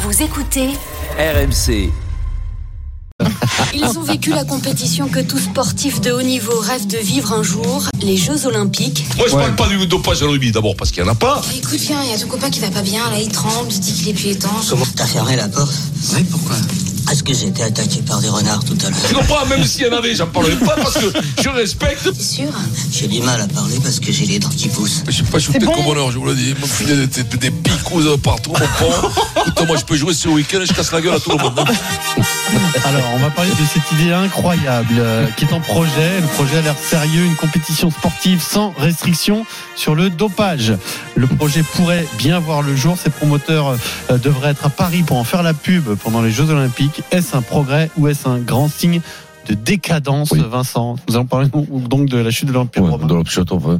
Vous écoutez RMC. Ils ont vécu la compétition que tout sportif de haut niveau rêve de vivre un jour, les Jeux Olympiques. Moi, je parle pas du dopage à rugby d'abord parce qu'il n'y en a pas. Écoute, viens, il y a ton copain qui va pas bien, là, il tremble, il dit qu'il est plus étanche. Comment t'as fermé la porte Oui, pourquoi Parce que j'ai été attaqué par des renards tout à Je l'heure. comprends, même s'il y en avait, j'en parlerai pas parce que je respecte. T'es sûr J'ai du mal à parler parce que j'ai les dents qui poussent. Je sais pas shooter comme honneur, je vous le dis. Je me fous des, des, des picouses partout, mon pauvre. Écoute, moi, je peux jouer ce week-end et je casse la gueule à tout le monde. Alors, on va parler de cette idée incroyable euh, qui est en projet. Le projet a l'air sérieux, une compétition sportive sans restriction sur le dopage. Le projet pourrait bien voir le jour. Ses promoteurs euh, devraient être à Paris pour en faire la pub pendant les Jeux Olympiques. Est-ce un progrès ou est-ce un grand signe de décadence, Oui. Vincent Nous allons parler donc de la chute de l'Empire romain.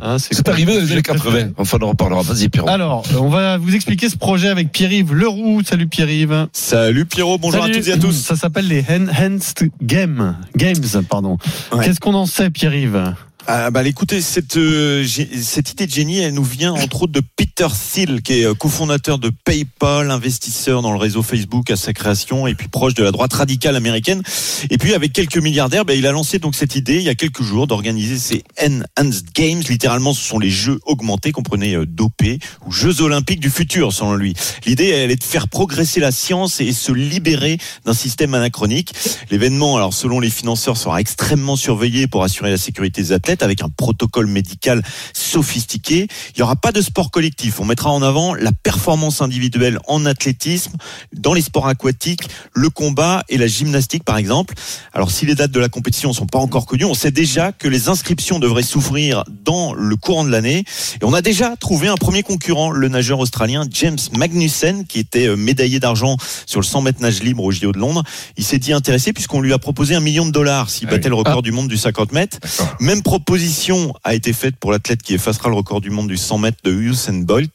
Hein, C'est quoi arrivé dans les années Je préfère- 80. Enfin, on en reparlera. Vas-y, Pierrot. Alors, on va vous expliquer ce projet avec Pierre-Yves Leroux. Salut Pierre-Yves. Salut Pierrot, bonjour Salut. à toutes et à tous. Ça s'appelle les Hen- Enhanced Game, Games. pardon. Ouais. Qu'est-ce qu'on en sait, Pierre-Yves Ah, bah, écoutez, cette, euh, gé- cette idée de génie, elle nous vient entre autres de Peter Thiel, qui est euh, cofondateur de PayPal, investisseur dans le réseau Facebook à sa création, et puis proche de la droite radicale américaine. Et puis avec quelques milliardaires, bah, il a lancé donc cette idée il y a quelques jours d'organiser ces Enhanced Games. Littéralement, ce sont les jeux augmentés, comprenez euh, dopés, ou Jeux olympiques du futur, selon lui. L'idée, elle est de faire progresser la science et se libérer d'un système anachronique. L'événement, alors selon les financeurs, sera extrêmement surveillé pour assurer la sécurité des athlètes avec un protocole médical sophistiqué. Il n'y aura pas de sport collectif. On mettra en avant la performance individuelle en athlétisme, dans les sports aquatiques, le combat et la gymnastique par exemple. Alors si les dates de la compétition ne sont pas encore connues, on sait déjà que les inscriptions devraient s'ouvrir dans le courant de l'année. Et on a déjà trouvé un premier concurrent, le nageur australien James Magnussen, qui était euh, médaillé d'argent sur le 100 mètres nage libre au JO de Londres. Il s'est dit intéressé puisqu'on lui a proposé un million de dollars s'il Ah oui. battait le record du monde du 50 mètres. Même proposition a été faite pour l'athlète qui effacera le record du monde du 100 mètres de Usain Bolt.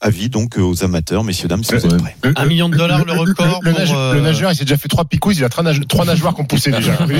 Avis donc euh, aux amateurs, messieurs, dames, si vous êtes prêts. Un million de dollars le record. Le, pour, nage- euh, le nageur, il s'est déjà fait trois picouses, il a trois, nage- trois nageoires qu'on poussait déjà. Oui.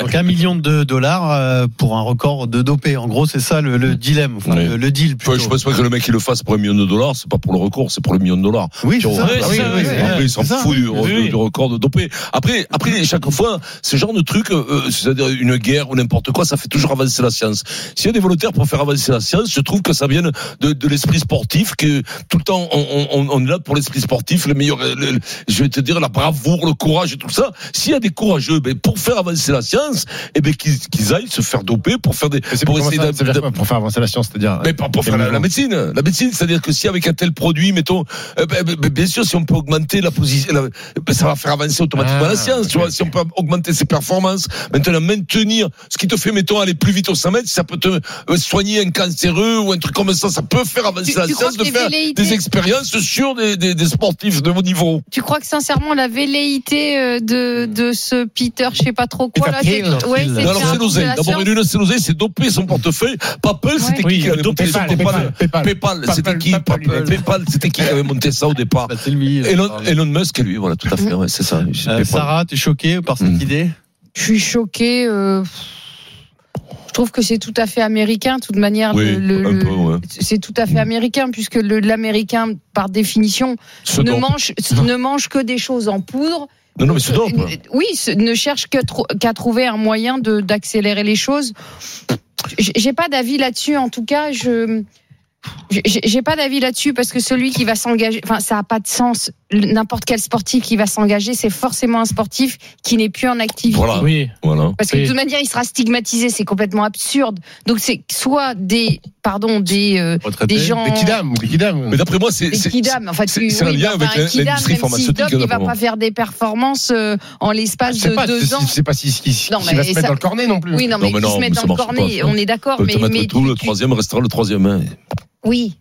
Donc un million de dollars euh, pour un record de dopé. En gros, c'est ça le, le dilemme, enfin, Oui. le, le deal Enfin, plutôt. je pense pas que le mec il le fasse pour un million de dollars, c'est pas pour le record, c'est pour le million de dollars. Oui, c'est Pierrot. ça. Bah hein. oui, oui, oui, oui, oui, après, oui, il s'en c'est ça. fout du, Oui, du- oui. du record de dopé. Après, après, chaque fois, ce genre de truc, euh, c'est-à-dire une guerre ou n'importe quoi, ça fait toujours avancer la science. S'il y a des volontaires pour faire avancer la science, je trouve que ça vient de, de l'esprit sportif, que tout le temps, on, on- on est là pour l'esprit sportif, le meilleur, le- le- je vais te dire, la bravoure, le courage et tout ça. S'il y a des courageux, ben, pour faire avancer la science, eh ben, qu'ils, qu'ils aillent se faire doper pour faire des, Mais c'est pour pour, essayer ça, d'a- ça veut dire quoi pour faire avancer la science, c'est-à-dire. euh, mais pour, pour faire la, la médecine, la médecine, c'est-à-dire que si avec un tel produit, mettons, euh, ben, ben, ben, bien sûr, si on peut augmenter la position, la- ben, ça va faire avancer automatiquement Ah, la science, tu ok, vois. Si on peut augmenter ses performances, maintenant maintenir ce qui te fait, mettons, aller plus vite au 100 mètres, ça peut te euh, soigner un cancéreux ou un truc comme ça, ça peut faire avancer Tu- la tu crois science que de les faire velléités- des expériences sur des, des, des sportifs de haut niveau. Tu crois que sincèrement la velléité euh, de, de ce Peter, je sais pas trop quoi là, Peter Thiel. c'est- ouais, c'est Non, Alors faire c'est un l'oseille. peu de la D'abord, science. une lune, c'est l'oseille, c'est doper son portefeuille. Papel, c'était Ouais. qui qui avait monté ça Paypal, Paypal, Paypal. Paypal, Paypal, c'était qui Paypal. Paypal, c'était qui qui avait monté ça au départ Bah, c'est lui, euh, Elon, pardon. Elon Musk et lui, voilà, tout à fait, ouais, c'est ça. Euh, J'ai Sarah, t'es choquée par cette Mm. idée Je suis choquée. euh, Je trouve que c'est tout à fait américain, de toute manière. Oui, le- le- un peu, ouais. Hmm. C'est tout à fait américain, puisque le- l'américain, par définition, Ce ne dope. mange, ne mange que des choses en poudre. Non, non, mais ce dope. Euh, Oui, ce- ne cherche que tro- qu'à trouver un moyen de- d'accélérer les choses. J- J'ai pas d'avis là-dessus, en tout cas, je. j'ai- J'ai pas d'avis là-dessus parce que celui qui va s'engager, enfin, ça a pas de sens. Le- N'importe quel sportif qui va s'engager, c'est forcément un sportif qui n'est plus en activité. Voilà. Oui. Voilà. Parce que Oui. de toute manière, il sera stigmatisé, c'est complètement absurde. Donc c'est soit des, pardon, des, euh, des gens, Des kidam, des kidam. Mais d'après moi, c'est. des c'est- kidam. En fait, c'est- tu- c'est un oui, lien enfin, avec un l'industrie kidam, même si pharmaceutique, Doc, il va d'abord. pas faire des performances euh, en l'espace Je sais de pas, deux je ans. sais pas si, si, si, Non, s'il mais va se mettre ça- dans le cornet non plus. Oui, non, Mmh. Non, mais, mais ils non, se mettent ça dans le marche pas, cornet, ça. on est d'accord. Peut Mais, te mettre mais tout, le tu- troisième restera le troisième. hein. Oui,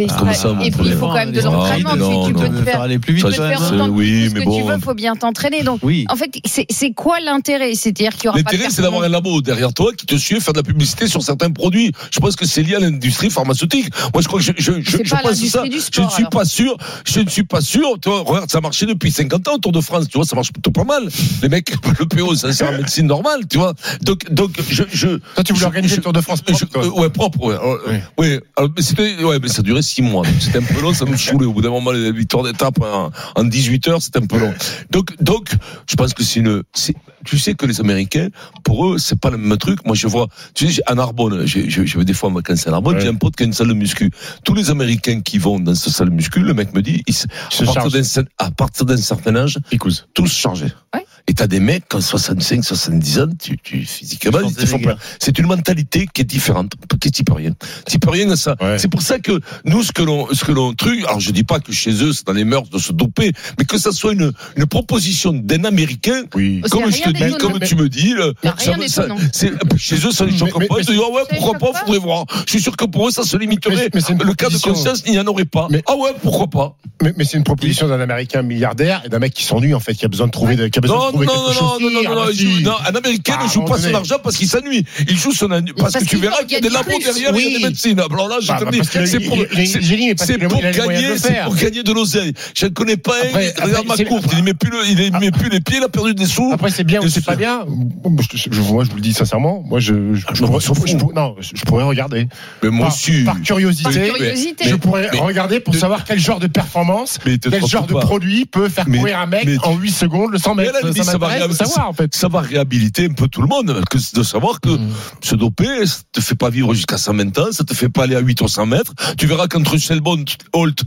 Et, Comment ça, mon et puis, il faut problème quand même de Ah, l'entraînement. mais non, tu, tu non, peux mais te faire, Faire aller plus tu vite. peux te ça, faire c'est- entendre oui, tout ce mais que tu bon. veux, faut bien t'entraîner. Donc, Oui. en fait, c'est- c'est quoi l'intérêt C'est-à-dire qu'il y aura pas de L'intérêt, c'est d'avoir un labo derrière toi qui te suit et faire de la publicité sur certains produits. Je pense que c'est lié à l'industrie pharmaceutique. Moi, je crois que je, je, je, C'est je pas pense l'industrie ça. du je ne sport, suis alors. pas sûr. Je ne suis pas sûr. Toi, regarde, ça a marché depuis 50 ans au Tour de France. Tu vois, ça marche plutôt pas mal. Les mecs, le PO, ça sert à la médecine normale. Tu vois. Donc, donc, je, je, Toi, tu voulais je- organiser je- le Tour de France propre, je- toi. euh, ouais, propre. Ouais. Alors, euh, ouais. Alors, mais c'était, ouais, mais ça durait six mois. Donc, C'était un peu long. Ça me saoulait. Au bout d'un moment, les victoires d'étape en, en 18 heures, c'était un peu long. Donc, donc, je pense que c'est une, c'est- tu sais que les Américains, pour eux, c'est pas le même truc. Moi, je vois, tu sais, j'ai- à Narbonne, j'ai- je, je vais des fois en vacances à Narbonne, Ouais. j'ai un pote qui a une salle de muscu. Tous les Américains qui vont dans cette salle de muscu, le mec me dit, ils, se- se à, partir chargent. d'un, cer- à partir d'un certain âge, Picouse. tous chargés. Ouais. Et t'as des mecs, quand 65, 70 ans, tu, tu, physiquement, ils te font plein. C'est une mentalité qui est différente. Qui t'y peut rien. T'y peux rien à ça. Ouais. C'est pour ça que nous, ce que l'on, ce que l'on truc, alors je dis pas que chez eux, c'est dans les mœurs de se doper, mais que ça soit une, une proposition d'un Américain, Oui. C'est comme rien je te dis, d'étonnant. comme tu me dis, le- Il y a rien ça- d'étonnant. c'est- chez eux, ça les choque Mais- pas. mais- Ils se disent, ah ouais, Ça les pourquoi choque pas, pas faudrait voir. Je suis sûr que pour eux, ça se limiterait. Mais- mais c'est une le cas de proposition. conscience, il n'y en aurait pas. Mais- ah ouais, pourquoi pas? Mais, mais c'est une proposition d'un Américain milliardaire et d'un mec qui s'ennuie en fait, qui a besoin de trouver, de- qui a besoin de Non, non, trouver non, quelque non, non, chose. non, non, Ah, non, bah, il joue- si. non, un Américain Ah, ne joue à un pas moment son donné. argent parce qu'il s'ennuie. Il joue son argent parce, Parce que tu qu'il verras gagne qu'il y a des du labos plus. derrière, il y a Oui. des médecines. Alors là, je Bah, te bah, dis, parce que c'est il- pour, il- il- c'est- j'ai dit, mais parce c'est qu'il a- pour il a les moyens de gagner, le c'est faire. pour gagner de l'oseille. Je ne connais pas un. Après- Regarde après, ma c'est- Ah. courbe, il met plus le- il il met plus les pieds, il a perdu des sous. Après, c'est bien ou Et c'est ce- pas bien. Moi, je, je- moi, je vous le dis sincèrement. Moi, je, je, Ah, je non, pourrais, on s'en fout. je pourrais- non, je- je pourrais regarder. Mais Euh, moi par, aussi. par Par curiosité, curiosité. je pourrais mais- regarder pour mais- savoir quel genre de performance, Mais te quel trompe genre de pas. produit peut faire Mais- courir un mec mais- en 8 secondes le 100 Mais à mètres. la limite, ça ça va m'intéresse de rien- savoir en fait. Hmm. ça va réhabiliter un peu tout le monde que de savoir que se doper ça te fait pas vivre jusqu'à 120 ans ça te fait pas aller à 8 ou 100 mètres tu verras qu'entre Usain Bolt Holt-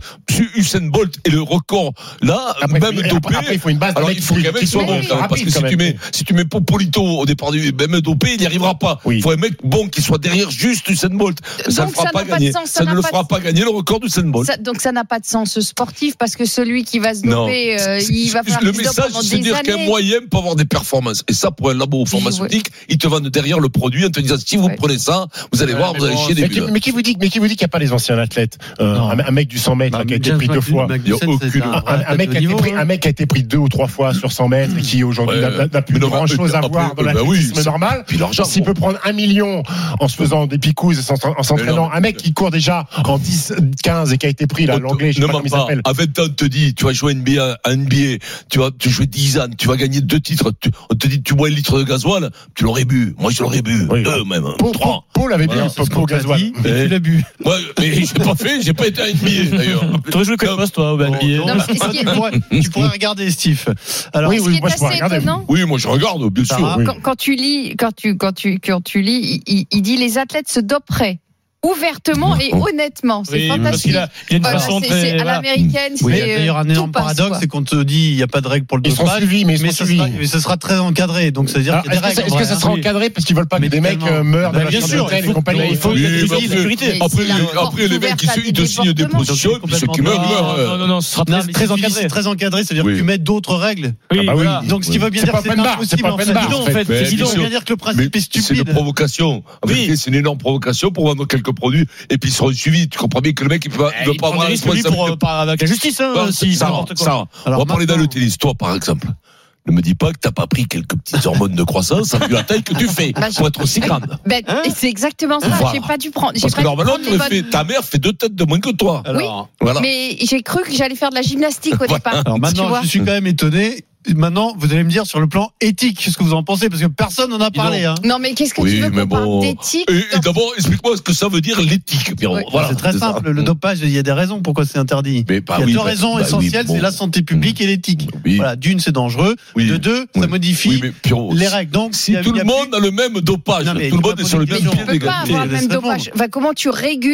Usain Bolt et le record là Après, même il faut- dopé après, il faut une base de alors mecs il faut qui- qu'un mec qui soit sont bon quand même, parce rapides, que si quand tu même. mets si tu mets Popolito au départ du même dopé il n'y arrivera pas il Oui. faut un mec bon qui soit derrière juste Usain Bolt ça ne Donc, fera pas ça n'a pas de gagner sens, ça ça n'a ne le pas de fera pas gagner le record d'Usain Bolt Ça- donc ça n'a pas de sens sportif parce que celui qui va se non. doper, euh, il va falloir le qu'il se dope message, pendant c'est des dire qu'un années. moyen peut avoir des performances. Et ça, pour un labo pharmaceutique, ils te vendent derrière le produit en te disant si vous Ouais. prenez ça, vous allez Ouais, voir, mais vous allez bon, chier des Mais qui, bulles. mais qui vous dit, mais qui vous dit qu'il n'y a pas les anciens athlètes euh, Non. un, un mec du 100 mètres Bah, qui a été James pris deux Mac- fois. Magnussen, Il y a c'est aucune- un vrai Un, un mec qui a été niveau, pris, hein. un mec qui a été pris deux ou trois fois sur 100 mètres et qui aujourd'hui Ouais. n'a- n'a- n'a plus Mais non, grand chose mais à après, voir dans euh, bah oui, l'athlétisme c'est- normal. Puis l'argent. S'il bon. peut prendre un million en se faisant des picouses et s'en- en Mais non, s'entraînant, mais- un mec qui court déjà en 10, 15 et qui a été pris là, On te- l'anglais, je sais ne pas mens comment il pas. s'appelle. À 20 ans, on te dit, tu vas jouer à NBA, à NBA, tu vas, tu jouer 10 ans, tu vas gagner deux titres, tu- on te dit, tu bois un litre de gasoil, tu l'aurais bu. Moi, je l'aurais bu. Oui. deux, même. Paul, Paul, trois. Paul avait bien Voilà, eu C'est Paul, ce qu'on Paul t'a dit, Gasoil. mais tu l'as bu. Moi, mais j'ai pas fait, j'ai pas été à NBA, d'ailleurs. T'aurais joué comme boss, toi, au Non, mais ce qui est- Tu pourrais- tu pourrais regarder, Steve. Alors, Oui, Ce oui, qui moi est je pourrais assez regarder. étonnant, Oui, moi, je regarde, bien Ça sûr. va. Oui. quand, quand tu lis, quand tu, quand tu, quand tu lis, il, il- il dit les athlètes se doperaient ouvertement et honnêtement. C'est Oui, parce fantastique. qu'il a, il a une Voilà, façon c'est- très. c'est à voilà. l'américaine. Mais c'est, il y euh, a d'ailleurs un tout énorme passe, paradoxe, quoi. c'est qu'on te dit il n'y a pas de règle pour le Ils sont dopage. suivis, mais ils Mais sont ce, sera, suivis. mais ce sera très encadré, donc ça veut dire Alors, qu'il y a Est-ce que, des ça- règles. est-ce que ça sera encadré parce qu'ils veulent pas que Mais des mecs tellement. euh, meurent Bah, dans la bien chambre sûr, d'hôtel il et faut- compagnie il faut- Oui, il mais faut- après, sécurité. après, C'est la porte après, les mecs, ouverte ils à se- ils te des signent des débordements. positions, puis ceux qui Non, meurent non, meurent. Non, euh. non, non, ce sera Non, très, mais très c'est difficile, encadré. très encadré, c'est-à-dire Oui. que tu mets d'autres règles. Oui, Ah bah oui. voilà. Donc ce qui veut bien C'est dire pas que c'est open bar, c'est impossible pas en open fait. bar, Dis donc, en fait. Mais c'est dis bien donc, ça sûr. veut bien dire que le Mais principe est c'est une stupide. provocation. En Oui. vérité, c'est une énorme provocation pour vendre quelques produits et puis ils seront suivis. Tu comprends bien que le mec, il peut, Eh, il doit il pas prend avoir des la risques, lui, pour, euh, responsabilité. par- avec la justice, hein, Sarah, si c'est Sarah, n'importe quoi. Sarah, on va Alors, parler dans maintenant- le tennis. Toi, par exemple, ne me dis pas que t'as pas pris quelques petites hormones de croissance vu la taille que tu fais Bah, je- pour être aussi grande. Ben, c'est exactement ça. Voilà. J'ai pas dû prendre. j'ai Parce pas que dû normalement, prendre les t'aurais bonnes- fait, ta mère fait deux têtes de moins que toi. Alors, Voilà. Mais j'ai cru que j'allais faire de la gymnastique au départ. alors tu vois. maintenant, je suis quand même étonné. Maintenant, vous allez me dire sur le plan éthique ce que vous en pensez, parce que personne n'en a parlé. hein. Non, mais qu'est-ce que Oui, tu veux mais qu'on bon. parle d'éthique Et, et dans- d'abord, explique-moi ce que ça veut dire l'éthique, Pierrot. Ouais. Voilà. c'est très C'est ça. simple. Le dopage, il y a des raisons pourquoi c'est interdit. Mais, bah il y a oui, deux bah- raisons bah oui, essentielles, bon. c'est la santé publique et l'éthique. Oui. Voilà, d'une c'est dangereux, Oui. de deux Oui. ça modifie Oui, mais Pierrot, les règles. Donc Si il y a- tout il y a le plus- monde a le même dopage, Non, mais tout le tu monde vas est sur le poser même des pied questions. peut pas d'égalité. avoir le même Laisse-le dopage. Enfin, comment tu régules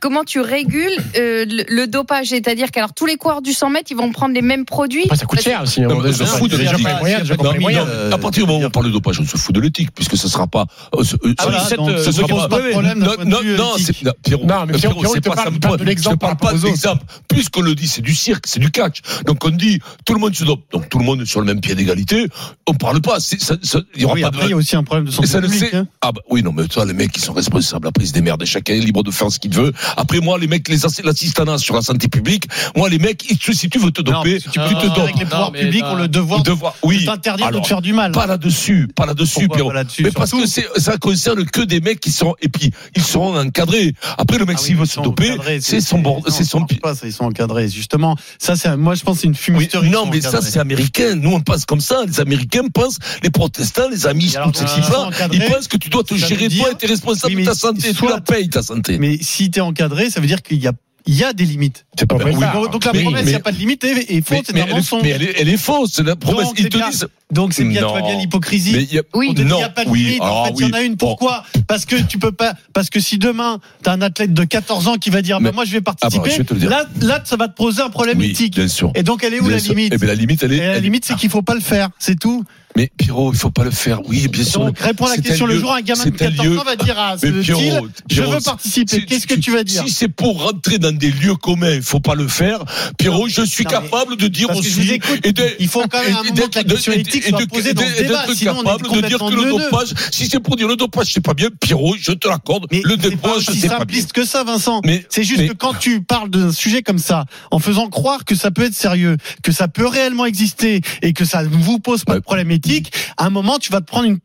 Comment tu régules euh, le, le dopage C'est-à-dire qu'alors tous les coureurs du 100 mètres, ils vont prendre les mêmes produits. Après, ça coûte Parce que- cher aussi. à un Non, moment mais se fout de l'éthique. Non, mais non, À partir du moment où on parle de dopage, on se fout de l'éthique, puisque ça ne sera pas. euh, ce- euh, Ah ce- oui, ce- cette, ce euh, sera se pose pas de problème d'un Non, point de non, vue non, éthique. c'est- non, Pierrot, Non, mais Pierrot, Pierrot, c'est il te pas parle ça me pas de pose. Je l'exemple te par parle pas rapport aux autres. d'exemple, puisqu'on le dit, c'est du cirque, c'est du catch. Donc on dit, tout le monde se dope, donc tout le monde est sur le même pied d'égalité, on parle pas, c'est- ça- ça- il n'y aura Oui, pas après, il y de. a aussi un problème de Et santé ça ne publique. sait- hein. Ah bah oui non mais toi les mecs ils sont responsables après ils se démerdent chacun est libre de faire ce qu'il veut après moi les mecs les assi- l'assistanat sur la santé publique moi les mecs ils te- si tu veux te Non, doper parce que tu tu te peux dopes Avec les pouvoirs mais publics t'as- ont le devoir de devoir oui t'interdire de Alors, te faire du mal. pas là-dessus, pas là-dessus, Pourquoi Pierrot. pas là-dessus, Mais parce surtout que c'est, ça concerne que des mecs qui sont, et puis, ils seront encadrés. Après, le mec, Ah oui, s'il veut ils se sont doper, encadrés, c'est son bord, non, c'est ça son marche pi- pas, ça, ils sont encadrés. Justement, ça, c'est, un- moi, je pense, que c'est une Oui, fumisterie. non, mais ça, c'est américain. Nous, on pense comme ça. Les Américains pensent, les protestants, les amis, alors, tous ces s'ils sont types-là, encadrés, ils pensent que tu dois te ça veut gérer dire- toi et t'es responsable Oui, de ta mais santé. Tu soit- la payes, ta santé. Mais si t'es encadré, ça veut dire qu'il y a, il y a des limites. C'est pas Ah bah vrai. oui, ça. Donc, donc la mais- promesse, il mais- n'y a pas de limite, et, et faux, Mais- c'est mais un elle est- mensonge. mais elle est- elle est fausse, c'est la promesse. Donc, Ils c'est te bien. disent. Donc c'est bien, tu vois Non. bien Mais l'hypocrisie. il y a- On te dit, non, il n'y a pas de oui, limite. alors en fait, il y en a oui. une. Pourquoi Parce que tu peux pas. Parce que si demain, t'as un athlète de 14 ans qui va dire, Ah bah, Mais- moi, je vais bah, participer. je vais te le dire. là, là, ça va te poser un problème Oui, éthique. bien sûr. Et donc, elle est où Bien la sûr. limite Eh ben, la limite, elle est. Et la elle- limite, c'est qu'il faut pas le faire. C'est tout. Mais Pierrot, il faut pas le faire. Oui, bien sûr. Donc, réponds à la C'est un question. Le lieu- jour, un gamin c'est de un 14 lieu- ans va dire à ce Mais Pierrot, deal, je Pierrot, veux si- participer. si- Qu'est-ce que tu vas dire Si c'est pour rentrer dans des lieux communs, il faut pas le faire. Pierrot, je suis Non, mais- capable de dire parce que je aussi. vous écoute, et de- il faut quand même à un et- et moment d'être- que la question de- et- éthique et soit de- posée dans et le d'être débat, sinon on est capable de dire que complètement le neuneux. dopage, si c'est pour dire le dopage, c'est pas bien. Pierrot, je te l'accorde. Mais Le c'est pas dopage, aussi c'est pas bien. simpliste que ça, Vincent. Mais- C'est juste mais- que quand tu parles d'un sujet comme ça, en faisant croire que ça peut être sérieux, que ça peut réellement exister et que ça ne vous pose pas Ouais. de problème éthique, à un moment, tu vas te prendre une,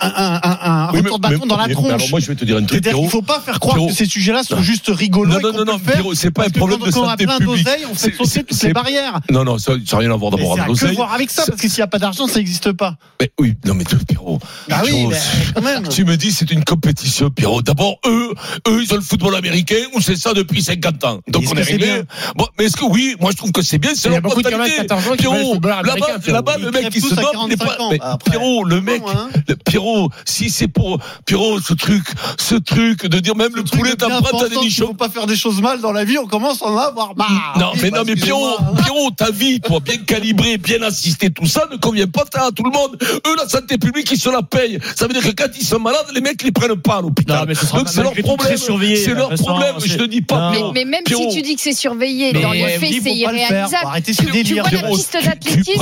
un, un, un- un Oui, mais- retour de bâton mais- dans la mais Alors tronche. moi, je vais te dire un truc. C'est-à-dire qu'il Pierrot. ne faut pas faire croire Pierrot. que ces sujets-là sont Non. juste rigolos. Non, et non, qu'on non, peut non, le faire, Pierrot, c'est pas un parce que problème quand de on a santé plein publique. d'oseilles, on fait C'est- sauter toutes c'est- les barrières. Non, non, ça n'a rien à voir Mais d'abord avec c'est à que l'oseille. voir avec ça, parce que s'il n'y a pas d'argent, ça n'existe pas. Mais oui, non, mais Pierrot. Ah oui, Pierrot, mais quand même. Tu me dis c'est une compétition, Pierrot. D'abord, eux, eux, ils ont le football américain où c'est ça depuis 50 ans. Donc Est-ce on que est c'est arrivé. bien Bon, mais est-ce que oui, moi je trouve que c'est bien, c'est Il y a leur beaucoup de gamins de mentalité. 14 ans qui veulent le Pierrot, football américain, là-bas, Pierrot. là-bas, Ils le mec crèvent qui tous se à dope, il est 45 pas. ans. mais Après, Pierrot, le mec, bon, hein. le- Pierrot, si c'est pour Pierrot, ce truc, ce truc de dire même le, truc poulet de bien t'apprête à pensant des qu'il nichons. faut pas faire des choses mal dans la vie, on commence à en avoir marre. Non, Oui, mais bah, non, mais Pierrot, excusez-moi, hein. Pierrot, ta vie, toi, bien calibrée, bien assistée, tout ça ne convient pas à tout le monde. Eux, la santé publique, ils se la payent. Ça veut dire que quand ils sont malades, les mecs les prennent pas à l'hôpital. Non, mais ce sera Donc pas c'est leur malgré tout problème. très surveillé, C'est là, leur Vincent, problème, c'est- je te dis pas. Non. Pierrot. Mais, mais même Ah Pierrot, si tu dis que c'est surveillé, Mais dans les Eh, faits, dis, c'est faut pas le faire. Faut irréalisable. Arrêtez ce Tu délire. vois la Pierrot, piste tu- tu prends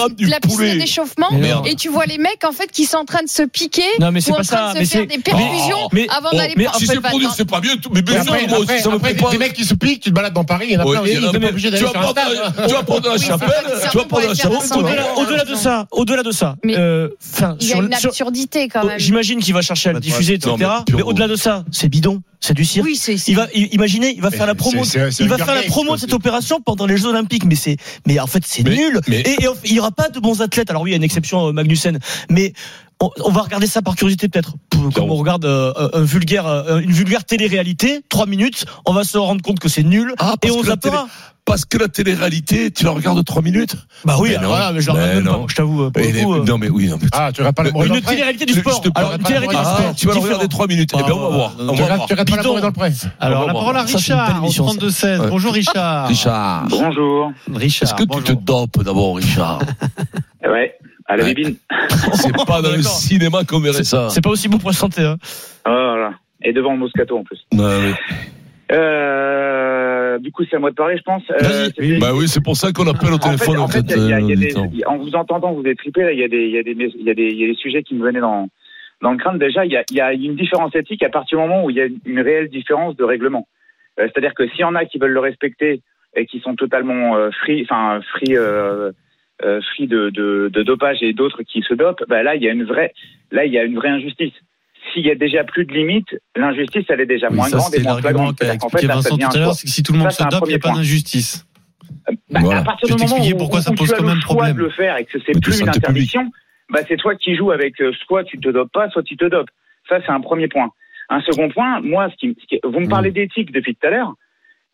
d'athlétisme, du la piste poulet. d'échauffement, Mais non. et tu vois les mecs en fait qui sont en train de se piquer Non, mais c'est ou en pas train ça, de mais se faire c'est- des perfusions mais- avant oh, d'aller mais prendre Si le c'est pour dire ballon. que c'est pas bien, tout- mais bien sûr, Après, moi aussi, après, ça me après, fait des- pas. des mecs qui se piquent, tu te balades dans Paris, il y en a Ouais, plein, il y en a ils sont plein. pas obligés tu d'aller vas sur un prendre stade. la- tu vas prendre la Oui, chapelle, c'est ça, tu vas prendre la on pourrait faire chapelle. ça. tu vas- Ouais. Au-delà au-delà de ça, au-delà de ça, Mais euh, enfin, Il y a sur le- une sur- absurdité quand Oh, même. J'imagine qu'il va chercher à le diffuser, etc. Non, mais mais Pierrot. au-delà de ça, c'est bidon, c'est du cirque. Oui, c'est Il va, i- imaginez, il va faire la c'est- promo, c'est- c'est il un va faire la gardex, promo quoi, de cette c'est- opération pendant les Jeux Olympiques, mais c'est, mais en fait c'est Mais- nul. mais- Et, et en fait, il n'y aura pas de bons athlètes. Alors oui, il y a une exception, euh, Magnussen, mais on, on va regarder ça par curiosité peut-être. P- Comme on regarde euh, un vulgaire, euh, une vulgaire télé-réalité, trois minutes, on va se rendre compte que c'est nul Ah, et parce on que la télé- zappera. Parce que la télé-réalité, tu la regardes 3 minutes. Bah oui, Mais alors non, voilà, mais je la mais regarde même non. pas, moi, je t'avoue. pour le Et les- coup, euh, Non, mais oui, non, mais Ah, tu regardes pas le Mais monde Une dans le prêt télé-réalité du Je- sport. je te Alors parle une pas télé-réalité du de- Ah, sport. tu vas le différent. regarder 3 minutes. Eh bien, on va voir. On Tu va regardes voir. tu regardes pas la Bidon. mourir dans le prêt. Alors, Bon, la bon, parole bon, à ça, c'est une belle Richard, au émission, ça. 32-16. Ouais. Bonjour, Richard. Richard. Bonjour. Richard, Est-ce que tu te bonjour. dopes d'abord, Richard Ouais, à la Ouais. bibine. C'est pas dans le D'accord. cinéma qu'on verrait ça. C'est pas aussi bon pour la santé. hein. Voilà. Et devant Moscato en plus. Ouais, Euh, du coup, c'est à moi de parler, je pense. Euh, ouais. c'était- Bah oui, c'est pour ça qu'on appelle au en fait, téléphone en, en fait, fait. il y a- il y a euh, des- temps. en vous entendant, vous êtes trippé. là, Il y a des, il y a des, il y a des, il y a des sujets qui me venaient dans dans le crâne. Déjà, il y a, il y a une différence éthique à partir du moment où il y a une réelle différence de règlement. Euh, C'est-à-dire que s'il y en a qui veulent le respecter et qui sont totalement euh, free, enfin free, euh, euh, free de, de, de dopage et d'autres qui se dopent, bah là, il y a une vraie, là, il y a une vraie injustice. S'il y a déjà plus de limites, l'injustice, elle est déjà Oui, moins ça, grande et c'était moins l'argument flagrante. qu'a En expliqué fait, là, ça Vincent devient tout un à l'heure, sport. c'est que si tout le monde Ça, se c'est un dope, il n'y premier a pas point. d'injustice. Bah, Voilà. À partir Je vais du moment t'expliquer où, pourquoi ça où pose tu as quand même le choix problème. de le faire et que c'est Mais de plus une santé publique. interdiction, bah c'est toi qui joues avec euh, soit tu te dopes pas, soit tu te dopes. Ça, c'est un premier point. Un second point, moi, ce qui, ce qui- vous me parlez Mm. d'éthique depuis tout à l'heure,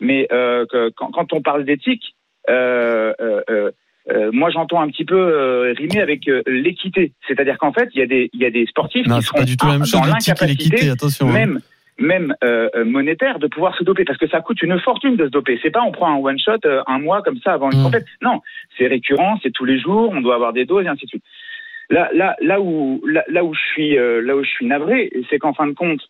mais euh, que- quand, quand on parle d'éthique, euh, euh, euh, euh, moi, j'entends un petit peu euh, rimer avec euh, l'équité. C'est-à-dire qu'en fait, il y, a des- il y a des sportifs Non, qui c'est seront pas du tout la ah, même chose, dans l'éthique et l'équité, l'incapacité attention. hein. même même euh, euh, monétaire, de pouvoir se doper parce que ça coûte une fortune de se doper. C'est pas on prend un one shot euh, un mois comme ça avant Mm. une compète. Non, c'est récurrent, c'est tous les jours, on doit avoir des doses et ainsi de suite. Là, là, là où là, là où je suis euh, là où je suis navré, c'est qu'en fin de compte,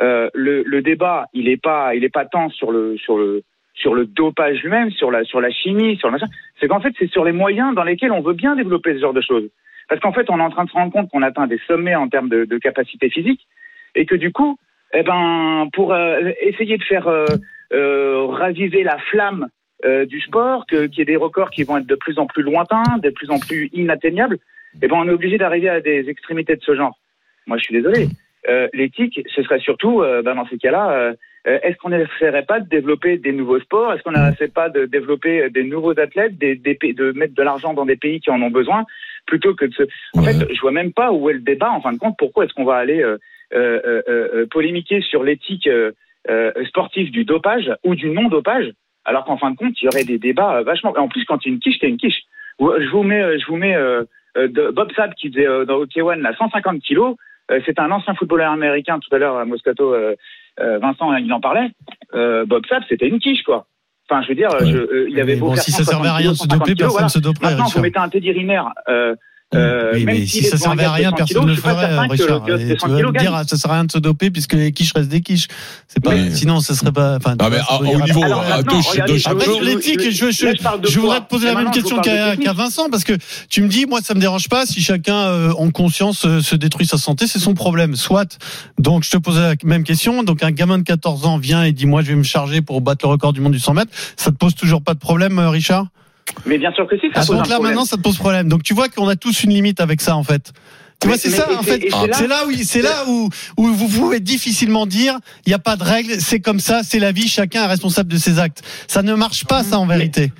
euh, le, le débat il est pas il est pas tant sur le sur le sur le dopage lui-même, sur la sur la chimie, sur le machin. C'est qu'en fait c'est sur les moyens dans lesquels on veut bien développer ce genre de choses. Parce qu'en fait on est en train de se rendre compte qu'on atteint des sommets en termes de, de capacité physique et que du coup eh ben, pour euh, essayer de faire euh, euh, raviver la flamme euh, du sport, que- qu'il y ait des records qui vont être de plus en plus lointains, de plus en plus inatteignables, eh ben, on est obligé d'arriver à des extrémités de ce genre. Moi, je suis désolé. Euh, L'éthique, ce serait surtout, euh, ben, dans ces cas-là, euh, euh, est-ce qu'on n'essaierait pas de développer des nouveaux sports Est-ce qu'on n'essaierait pas de développer euh, des nouveaux athlètes, des, des pays- de mettre de l'argent dans des pays qui en ont besoin, plutôt que de se... En fait, je vois même pas où est le débat, en fin de compte. Pourquoi est-ce qu'on va aller euh, euh, euh, euh, polémiquer sur l'éthique euh, euh, sportive du dopage ou du non-dopage, alors qu'en fin de compte, il y aurait des débats euh, vachement... En plus, quand il y a une quiche, t'as une quiche. Ou- Je vous mets... euh, Je vous mets euh, euh, de- Bob Sapp qui faisait euh, dans Hockey One là, 150 kilos, euh, c'est un ancien footballeur américain tout à l'heure à Moscato, euh, euh, Vincent, il en parlait. Euh, Bob Sapp, c'était une quiche, quoi. Enfin, je veux dire, je- euh, il avait Mais beau bon, faire si ça 160 servait à rien de se kilos, 150 doper, kilos, personne ne se voilà. doperait, Maintenant, vous Richard. mettez un Teddy Riner. Euh, euh, Oui, même mais s'il si est ça devant un servait gars à de rien, 100 personne kilos, ne le je suis pas ferait, certain que le Richard. gars de Et 100 Tu vas kilos me dire, gagne. ah, ça sert à rien de se doper puisque les quiches restent des quiches. C'est pas, sinon, ça serait pas, enfin, Ah, mais à- au niveau, Alors, à maintenant, deux- regardez, deux je- après, champions. sur l'éthique, je, je, Là, je parle de je voudrais poids. te poser la Et même maintenant, je vous question parle de qu'à technique. qu'à Vincent parce que tu me dis, moi, ça me dérange pas si chacun, euh, en conscience, euh, se détruit sa santé, c'est son problème. Soit. Donc, je te posais la même question. Donc, un gamin de 14 ans vient et dit, moi, je vais me charger pour battre le record du monde du 100 mètres. Ça te pose toujours pas de problème, euh, Richard? Mais bien sûr que si, ça Ah, pose un donc là problème. maintenant ça te pose problème. Donc tu vois qu'on a tous une limite avec ça en fait. Tu Mais- vois c'est mais- ça et en c'est- fait. et c'est là- C'est là où c'est là où où vous pouvez difficilement dire il n'y a pas de règle, c'est comme ça, c'est la vie, chacun est responsable de ses actes. Ça ne marche pas ça en vérité.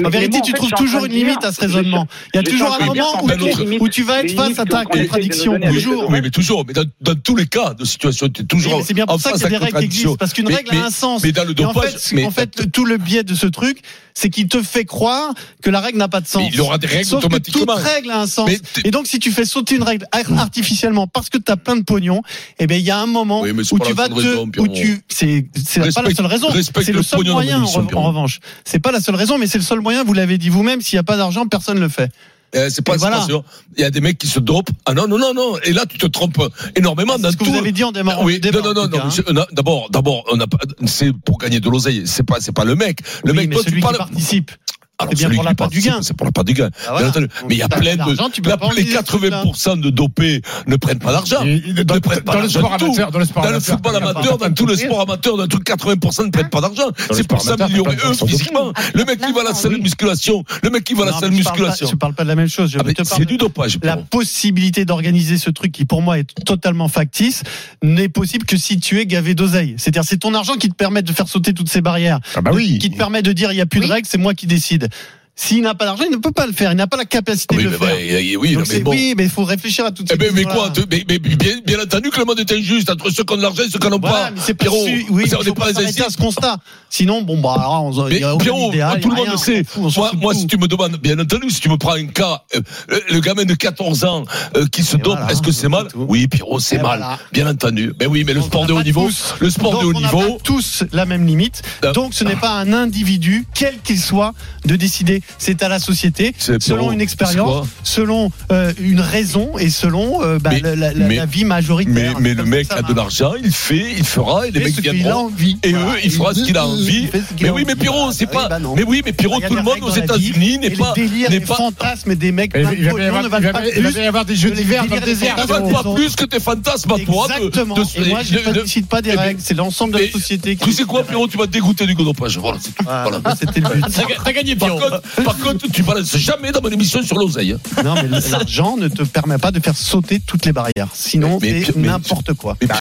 mais En vérité, moi, en tu fait, trouves je suis en toujours train une de dire- limite à ce raisonnement. Il y a je suis en toujours un train de dire moment qu'on où, fait des tu- limites, où tu vas être des face limites à ta qu'on essaie de contradiction nous donner avec ce toujours. Oui, mais toujours. Mais dans, dans tous les cas de situation, tu es toujours. Oui, mais c'est bien pour en ça face qu'il y a à des règles qui contradiction. existent, parce qu'une Mais- règle mais- a un sens. Mais dans le Et en dopage, fait, ce- mais- en fait, le- tout le biais de ce truc, c'est qu'il te fait croire que la règle n'a pas de sens. Mais il y aura des règles Sauf que automatiquement. toute règle a un sens. Mais Et donc, si tu fais sauter une règle ar- artificiellement parce que tu as plein de pognon, eh ben, il y a un moment Oui, mais c'est où pas tu la vas seule te, raison, où Pierrot. tu, c'est, c'est pas la Respecte- seule raison. respecte C'est le le seul pognon dans moyen, en, l'émission, re- en Pierrot. revanche. C'est pas la seule raison, mais c'est le seul moyen. Vous l'avez dit vous-même. S'il n'y a pas d'argent, personne le fait. Euh, c'est pas, Et c'est pas voilà. sûr. Il y a des mecs qui se dopent. Ah non, non, non, non. Et là, tu te trompes énormément dans ce que tout. vous avez dit en démarrant Ah oui, le débat, Non, en non, non. tout cas, hein. non, je- non, D'abord, d'abord, on n'a pas- c'est pour gagner de l'oseille. C'est pas, c'est pas le mec. Le Oui, mec, mais toi, celui tu qui parles. participe. Alors, C'est bien celui pour qui la part du participe, gain. Bah C'est pour la part du gain. voilà. Bien entendu. Donc, Mais il y a si t'as plein de l'argent, tu de. peux la- pas enlever Les ce 80% de dopés ne prennent pas d'argent. dans- Ne prennent pas dans le d'argent sport du tout. amateur, dans le sport Dans le amateur, football t'as pas amateur, dans d'argent. tout le sport amateur, dans tout 80% ne prennent pas d'argent. le C'est pour sport amateur, s'améliorer t'as pas eux de sport physiquement. Le mec qui va à la salle de musculation, le mec qui va à la Ah, Non, salle de mais je parle pas- musculation. Je parle pas de la même chose. Je Ah, mais te parle C'est du dopage. la possibilité d'organiser ce truc qui pour moi est totalement factice n'est possible que si tu es gavé d'oseille. C'est-à-dire c'est ton argent qui te permet de faire sauter toutes ces barrières, Ah bah de- oui. qui te permet de dire il y a plus de règles, c'est moi qui décide. S'il n'a pas d'argent, il ne peut pas le faire, il n'a pas la capacité Oui, de le mais faire. bah, et- et oui, Donc non, mais c'est- bon. oui, mais il faut réfléchir à toutes ces Eh ben, mais questions-là. quoi tu- mais, mais- mais bien, bien entendu que le monde est injuste entre ceux qui ont de l'argent et ceux qui n'en ont Voilà, pas. mais c'est pas Pierrot, su- oui, ça, il on faut n'est pas pas des s'arrêter à ce injustives. constat. Sinon, bon, bah, alors, on, il Mais y a aucun Pierrot, idéal, tout le il y a monde le rien, sait. on s'en fout, on s'en Moi, fout de moi, tout. si tu me demandes, bien entendu, si tu me prends un cas, euh, euh, le gamin de 14 ans euh, qui se dope, est-ce que c'est mal Oui, Pierrot, c'est Et mal. voilà. Bien entendu. Mais oui, mais le sport de haut pas niveau, tous. le sport Donc, de haut on n'a niveau. pas tous la même limite. Ah. Donc ce n'est pas à un individu, quel qu'il soit, de décider. C'est à la société, C'est selon Pierrot, une c'est expérience, quoi selon euh, une raison et selon euh, bah, Mais- la, la- la- mais- la vie Mais, majoritaire. mais C'est le comme mec ça que a ça de marche. l'argent, il fait, il fera, et les Il fait mecs ce qu'il a viendront. envie. Et Voilà. eux, il fera ce qu'il a Il envie. fait ce qu'il Mais a oui, mais envie. Pierrot, c'est Ah oui, pas. bah non. Mais oui, mais Pierrot, Il y a tout le des monde règles aux dans la vie, États-Unis n'est et pas. Les délires, n'est les pas- fantasmes des mecs. Il va plein de y avoir- pognon ne il valent va- pas il va plus y avoir des jeux que les d'hiver dans le délires et les désert. Ça fantasmes va des pas autres. plus que tes fantasmes à toi. de- Exactement. de- Et moi, je de- ne décide pas des Eh bien, règles. C'est l'ensemble de mais- la société qui. Tu sais quoi, décide des règles. Pierrot, tu vas dégoûter du godopage. Voilà, c'est tout. Voilà, Bah, Voilà. C'était le but. T'as gagné, par contre, par contre, tu balances jamais dans mon émission sur l'oseille. hein. Non, mais l'argent ne te permet pas de faire sauter toutes les barrières. Sinon, Mais- c'est mais- n'importe quoi. Mais Pierrot,